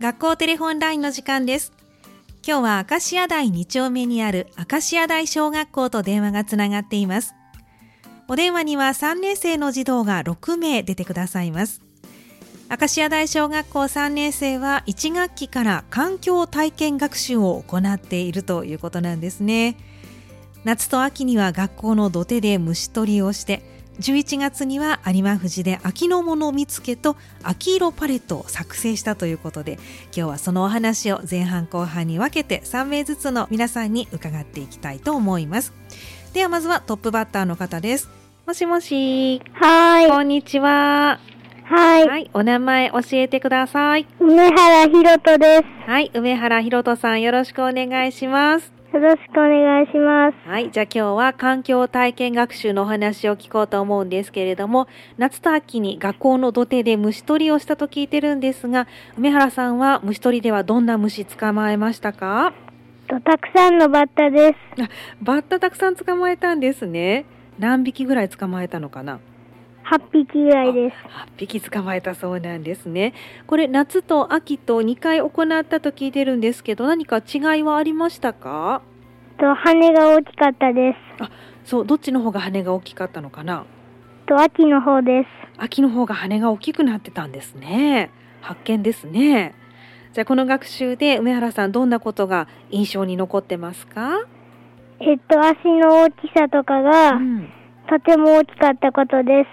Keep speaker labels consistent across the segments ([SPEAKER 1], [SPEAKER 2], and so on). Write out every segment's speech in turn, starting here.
[SPEAKER 1] 学校テレホンラインの時間です今日は明石屋台2丁目にある明石屋台小学校と電話がつながっていますお電話には3年生の児童が6名出てくださいます明石屋台小学校3年生は1学期から環境体験学習を行っているということなんですね夏と秋には学校の土手で虫取りをして11月には有馬富士で秋のもの見つけと秋色パレットを作成したということで今日はそのお話を前半後半に分けて3名ずつの皆さんに伺っていきたいと思いますではまずはトップバッターの方ですもしもし
[SPEAKER 2] は
[SPEAKER 1] こんにちは
[SPEAKER 2] ーい。はーい。
[SPEAKER 1] はいお名前教えてください
[SPEAKER 2] 梅原ひろとで
[SPEAKER 1] はい梅原ひろとさんよろしくお願いします
[SPEAKER 2] す。よろしくお願いします。
[SPEAKER 1] はい。じゃあ今日は環境体験学習のお話を聞こうと思うんですけれども、夏と秋に学校の土手で虫取りをしたと聞いてるんですが、梅原さんは虫取りではどんな虫捕まえましたか
[SPEAKER 2] とたくさんのバッタです。
[SPEAKER 1] バッタたくさん捕まえたんですね。何匹ぐらい捕まえたのかな
[SPEAKER 2] 8匹ぐらいです。
[SPEAKER 1] ?8 匹捕まえたそうなんですね。これ夏と秋と2回行ったと聞いてるんですけど、何か違いはありましたか
[SPEAKER 2] と羽が大きかったです。
[SPEAKER 1] そう、どっちの方が羽が大きかったのかな
[SPEAKER 2] と秋の方です。
[SPEAKER 1] 秋の方が羽が大きくなってたんですね発見ですねじゃあこの学習で梅原さんどんなことが印象に残ってますか、
[SPEAKER 2] えっと足の大きさとかが
[SPEAKER 1] うん
[SPEAKER 2] とても大きかったことで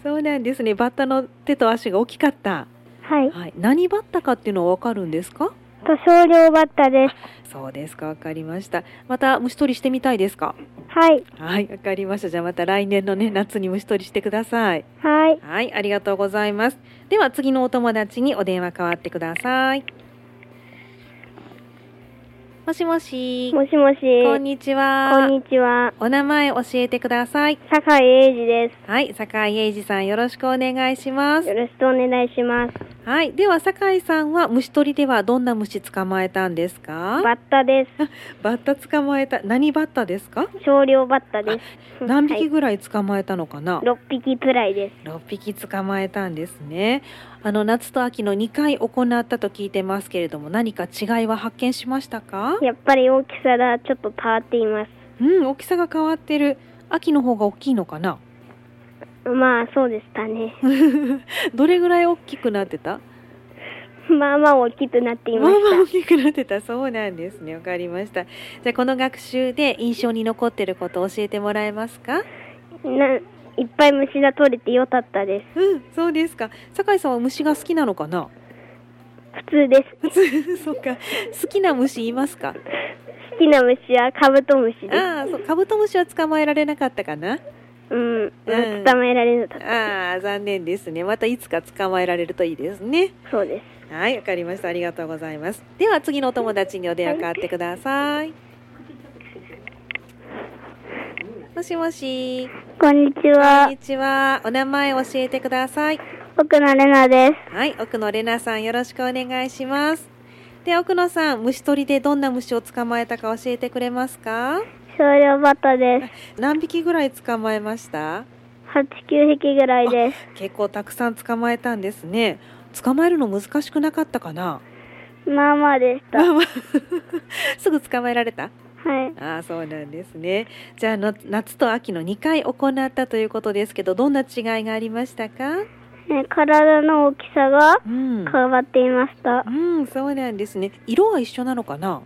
[SPEAKER 2] す。
[SPEAKER 1] そうなんですねバッタの手と足が大きかった、
[SPEAKER 2] はい。
[SPEAKER 1] はい、何バッタかっていうのはわかるんですか
[SPEAKER 2] と少量バッタです。
[SPEAKER 1] そうですかわかりましたまた虫取りしてみたいですか
[SPEAKER 2] はい。
[SPEAKER 1] はいわかりましたじゃあまた来年のね夏に虫取りしてください
[SPEAKER 2] はい。
[SPEAKER 1] はいありがとうございますでは次のお友達にお電話代わってくださいもしもし
[SPEAKER 2] もしもし。
[SPEAKER 1] こんにち
[SPEAKER 2] こん
[SPEAKER 1] は。
[SPEAKER 2] にちは。
[SPEAKER 1] お名前教えてください。
[SPEAKER 2] 坂井英二で。
[SPEAKER 1] はい、酒井英二さんよろしくお願いしますす
[SPEAKER 2] よ。ろしくお願いします。
[SPEAKER 1] はい、では酒井さんは虫取りではどんな虫捕まえたんですか
[SPEAKER 2] バッタです。
[SPEAKER 1] バッタ捕まえた、何バッタですか
[SPEAKER 2] 少量バッタです。
[SPEAKER 1] 何匹
[SPEAKER 2] は
[SPEAKER 1] ぐらい捕まえたのかな、
[SPEAKER 2] い、?6 匹くらいです。
[SPEAKER 1] 6匹捕まえたんですね。あの、夏と秋の2回行ったと聞いてますけれども、何か違いは発見しましたか
[SPEAKER 2] やっぱり大きさがちょっと変わっています。
[SPEAKER 1] うん、大きさが変わってる。秋の方が大きいのかな
[SPEAKER 2] まあそうでした ね。
[SPEAKER 1] どれぐらい大きくなってた
[SPEAKER 2] まあまあ大きくなってい
[SPEAKER 1] ま
[SPEAKER 2] ま
[SPEAKER 1] あ
[SPEAKER 2] し
[SPEAKER 1] まあ
[SPEAKER 2] た。
[SPEAKER 1] 大きくなってたそうなんですねわかりましたじゃあこの学習で印象に残ってることを教えてもらえますか
[SPEAKER 2] ないっぱい虫が取れてよかったです。
[SPEAKER 1] うんそうですか酒井さんは虫が好きなのかな
[SPEAKER 2] 普通です。
[SPEAKER 1] そうか好きな虫いますか
[SPEAKER 2] 好きな虫はカブトムシです。
[SPEAKER 1] ああそうカブトムシは捕まえられなかったかな
[SPEAKER 2] うん。
[SPEAKER 1] うん
[SPEAKER 2] 捕まえられなかった。
[SPEAKER 1] ああ残念ですねまたいつか捕まえられるといいですね
[SPEAKER 2] そうです。
[SPEAKER 1] はいわかりましたありがとうございますでは次のお友達にお電話かわってくださいもしもし
[SPEAKER 2] こんにち
[SPEAKER 1] こん
[SPEAKER 2] は
[SPEAKER 1] に。ちは。お名前教えてください。
[SPEAKER 2] 奥野玲奈です。
[SPEAKER 1] はい、奥野玲奈さんよろしくお願いします。で、奥野さん、虫取りでどんな虫を捕まえたか教えてくれますか
[SPEAKER 2] 少量バッタです。
[SPEAKER 1] 何匹ぐらい捕まえました
[SPEAKER 2] 8、9匹ぐらいです。
[SPEAKER 1] 結構たくさん捕まえたんですね。捕まえるの難しくなかったかな
[SPEAKER 2] まあまあでした。は
[SPEAKER 1] すぐ捕まえられた
[SPEAKER 2] い。
[SPEAKER 1] ああ、そうなんですね。じゃあの、夏と秋の2回行ったということですけど、どんな違いがありましたか
[SPEAKER 2] ね体の大きさが
[SPEAKER 1] うん。
[SPEAKER 2] 変わっていました。
[SPEAKER 1] うん、そうなんですね。色は一緒なのかな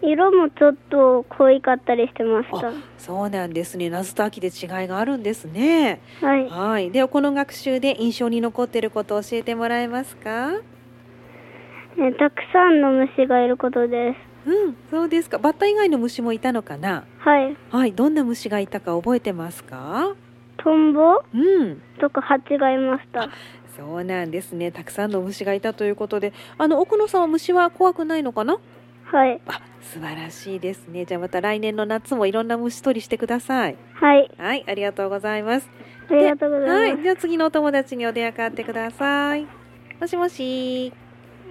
[SPEAKER 2] 色もちょっと濃いかったりしてました。
[SPEAKER 1] そうなんですね。夏と秋で違いがあるんですね。
[SPEAKER 2] はい。
[SPEAKER 1] はい。で、この学習で印象に残っていることを教えてもらえますか
[SPEAKER 2] ねたくさんの虫がいることです。
[SPEAKER 1] うん、そうですか。バッタ以外の虫もいたのかな
[SPEAKER 2] はい。
[SPEAKER 1] はい。どんな虫がいたか覚えてますか
[SPEAKER 2] トンボ
[SPEAKER 1] うん。
[SPEAKER 2] とか蜂がいました。
[SPEAKER 1] そうなんですね。たくさんの虫がいたということで、あの、奥野さんは虫は怖くないのかな
[SPEAKER 2] はい。
[SPEAKER 1] あ、素晴らしいですね。じゃあまた来年の夏もいろんな虫取りしてください。
[SPEAKER 2] はい。
[SPEAKER 1] はい、ありがとうございます。
[SPEAKER 2] ありがとうござ
[SPEAKER 1] はいい、
[SPEAKER 2] ま
[SPEAKER 1] じゃあ次のお友達にお電話かわってください。もしもし。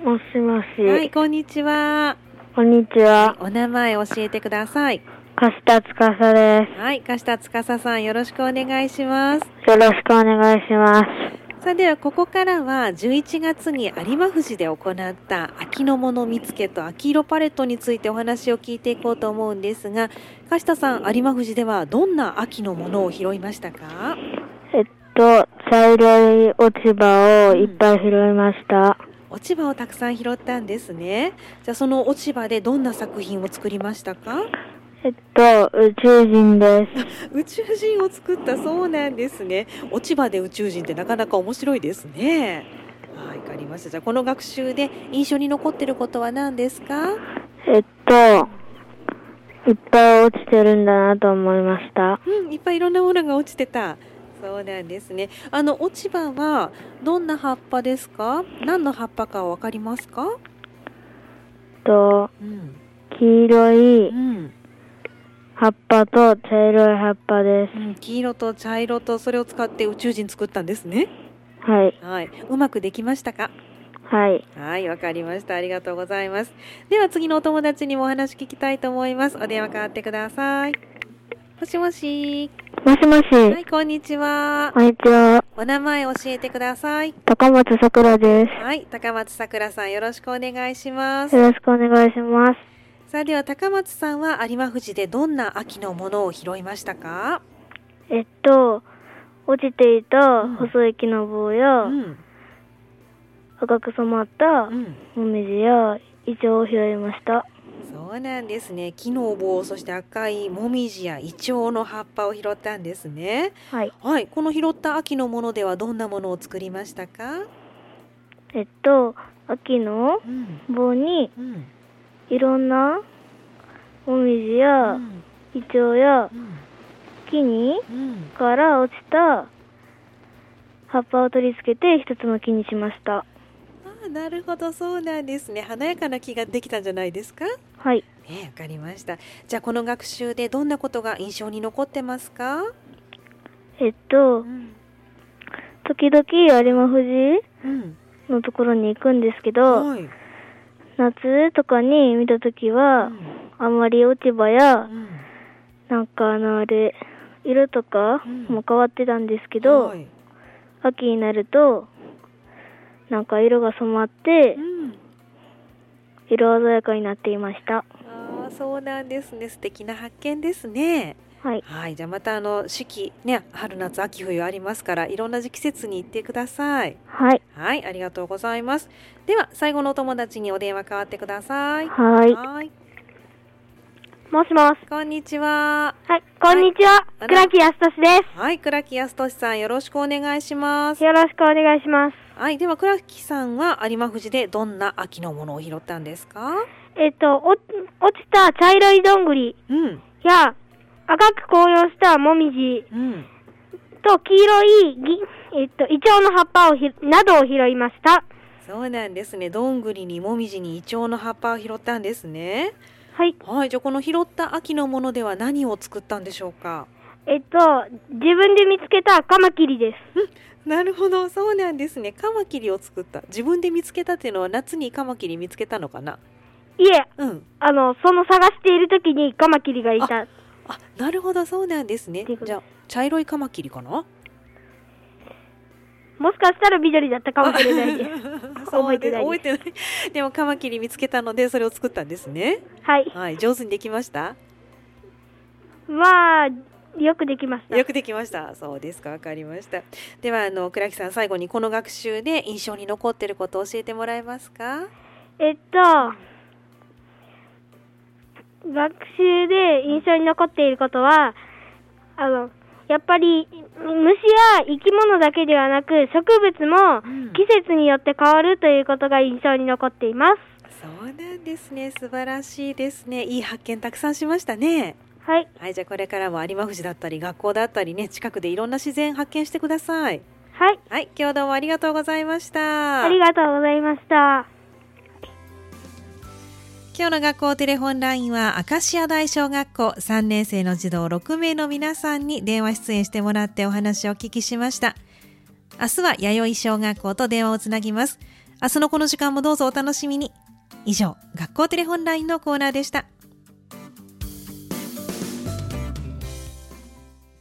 [SPEAKER 2] す。もしもし
[SPEAKER 1] はい、こんにちは。
[SPEAKER 2] こんにちは。
[SPEAKER 1] お名前教えてください。
[SPEAKER 2] かしたつかさで
[SPEAKER 1] はい、樫田司さんよろしくお願いします。
[SPEAKER 2] す。よろしくお願いします。
[SPEAKER 1] さあではここからは11月に有馬富士で行った秋のもの見つけと秋色パレットについてお話を聞いていこうと思うんですが樫田さん有馬富士ではどんな秋のものを拾いましたか
[SPEAKER 2] えっと、茶色い落ち葉をいっぱい拾いました。
[SPEAKER 1] 落ち葉をたくさん拾ったんですねじゃあその落ち葉でどんな作品を作りましたか
[SPEAKER 2] えっと、宇宙人です。
[SPEAKER 1] 宇宙人を作ったそうなんですね落ち葉で宇宙人ってなかなか面白いですねはいわかりましたじゃあこの学習で印象に残ってることは何ですか
[SPEAKER 2] えっと、いっぱい落ちてるんだなと思いました。
[SPEAKER 1] うん、いっぱいいろんなものが落ちてた。そうなんですね。あの落ち葉はどんな葉っぱですか？何の葉っぱかわかりますか？
[SPEAKER 2] えっと、
[SPEAKER 1] うん。
[SPEAKER 2] 黄色
[SPEAKER 1] う
[SPEAKER 2] い
[SPEAKER 1] ん。
[SPEAKER 2] 葉っぱと茶色い葉っぱです。
[SPEAKER 1] 黄色と茶色とそれを使って宇宙人作ったんですね。
[SPEAKER 2] はい。
[SPEAKER 1] はい。うまくできましたか？
[SPEAKER 2] はい。
[SPEAKER 1] はい、わかりました。ありがとうございます。では次のお友達にもお話聞きたいと思います。お電話変わってください。もしもし。
[SPEAKER 2] もしもし。
[SPEAKER 1] はい、こんにちは。
[SPEAKER 2] こんにちは。
[SPEAKER 1] お名前教えてください。
[SPEAKER 2] 高松さくらで
[SPEAKER 1] はい、高松さくらさん、よろしくお願いします
[SPEAKER 2] す。。よろしくお願いします。
[SPEAKER 1] さあでは高松さんは有馬富士でどんな秋のものを拾いましたか、
[SPEAKER 2] えっと、落ちていた細い木の棒や、
[SPEAKER 1] ん
[SPEAKER 2] 赤く染まった
[SPEAKER 1] うん、
[SPEAKER 2] もみじやイチョウを拾いました。
[SPEAKER 1] そうなんですね木の棒そして赤いもみじやイチョウの葉っぱを拾ったんですね
[SPEAKER 2] はい。
[SPEAKER 1] はいこの拾った秋のものではどんなものを作りましたか、
[SPEAKER 2] えっと、秋の
[SPEAKER 1] うん
[SPEAKER 2] 棒に
[SPEAKER 1] うん
[SPEAKER 2] いろんなもみじやイチョウや木に
[SPEAKER 1] うん、
[SPEAKER 2] から落ちた葉っぱを取り付けて一つの木にしました。
[SPEAKER 1] ああなるほどそうなんですね華やかな木ができたんじゃないですか
[SPEAKER 2] はい。
[SPEAKER 1] ねえわかりましたじゃあこの学習でどんなことが印象に残ってますか、
[SPEAKER 2] えっと、
[SPEAKER 1] ん
[SPEAKER 2] 時々有馬富士
[SPEAKER 1] うん、
[SPEAKER 2] のところに行くんですけど、
[SPEAKER 1] はい、
[SPEAKER 2] 夏とかに見たときは、あんまり落ち葉や
[SPEAKER 1] う、ん
[SPEAKER 2] なんかあのあれ色とか
[SPEAKER 1] うん
[SPEAKER 2] も変わってたんですけど、
[SPEAKER 1] はい
[SPEAKER 2] 秋になるとなんか色が染まって
[SPEAKER 1] うん、
[SPEAKER 2] 色鮮やかになっていました
[SPEAKER 1] ああそうなんですね素敵な発見ですね
[SPEAKER 2] はい
[SPEAKER 1] はいじゃあまたあの四季ね春夏秋冬ありますからいろんな季節に行ってください
[SPEAKER 2] はい
[SPEAKER 1] はいありがとうございますでは最後のお友達にお電話変わってください
[SPEAKER 2] はい
[SPEAKER 1] はい
[SPEAKER 2] もしもし
[SPEAKER 1] こんにちは
[SPEAKER 2] はいこんにちは
[SPEAKER 1] あら
[SPEAKER 2] 倉木康俊で
[SPEAKER 1] はい倉木康俊さんよろしくお願いします
[SPEAKER 2] すよろしくお願いします
[SPEAKER 1] はいでは倉木さんは有馬富士でどんな秋のものを拾ったんですか
[SPEAKER 2] えっとお落ちた茶色いどんぐり
[SPEAKER 1] うん
[SPEAKER 2] や赤く紅葉したもみじ
[SPEAKER 1] うん
[SPEAKER 2] と黄色いぎ、えっと、イチョウの葉っぱをひなどを拾いました
[SPEAKER 1] そうなんですねどんぐりにもみじにイチョウの葉っぱを拾ったんですね
[SPEAKER 2] はい
[SPEAKER 1] はい、じゃあこの拾った秋のものでは何を作ったんでしょうか。
[SPEAKER 2] えっと、自分で見つけたカマキリです。
[SPEAKER 1] なるほど、そうなんですね。カマキリを作った。自分で見つけたっていうのは夏にカマキリ見つけたのかな。
[SPEAKER 2] いえ、
[SPEAKER 1] うん。
[SPEAKER 2] あの、その探している時にカマキリがいた。
[SPEAKER 1] あ、なるほど、そうなんですね
[SPEAKER 2] っていう。こと
[SPEAKER 1] じゃあ茶色いカマキリかな。
[SPEAKER 2] もしかしたら緑だったかもしれないです。
[SPEAKER 1] そう
[SPEAKER 2] 覚えてない
[SPEAKER 1] 覚えてない。 でもカマキリ見つけたのでそれを作ったんですね。
[SPEAKER 2] はい。
[SPEAKER 1] はい、上手にできました。
[SPEAKER 2] まあ、よくできました。
[SPEAKER 1] よくできました。そうですか、わかりました。ではあの倉木さん最後にこの学習で印象に残っていることを教えてもらえますか。
[SPEAKER 2] えっと、学習で印象に残っていることは、あの、やっぱり虫や生き物だけではなく植物も
[SPEAKER 1] うん
[SPEAKER 2] 季節によって変わるということが印象に残っています。
[SPEAKER 1] そうなんですね。素晴らしいですね。いい発見たくさんしましたね。
[SPEAKER 2] はい。
[SPEAKER 1] はい、じゃあこれからも有馬富士だったり、学校だったりね、近くでいろんな自然発見してください。
[SPEAKER 2] はい。
[SPEAKER 1] はい、今日どうもありがとうございました。
[SPEAKER 2] ありがとうございました。
[SPEAKER 1] 今日の学校テレホンラインは、アカシア大小学校3年生の児童6名の皆さんに電話出演してもらってお話をお聞きしました。明日は弥生小学校と電話をつなぎます。明日のこの時間もどうぞお楽しみに。以上、学校テレホンラインのコーナーでした。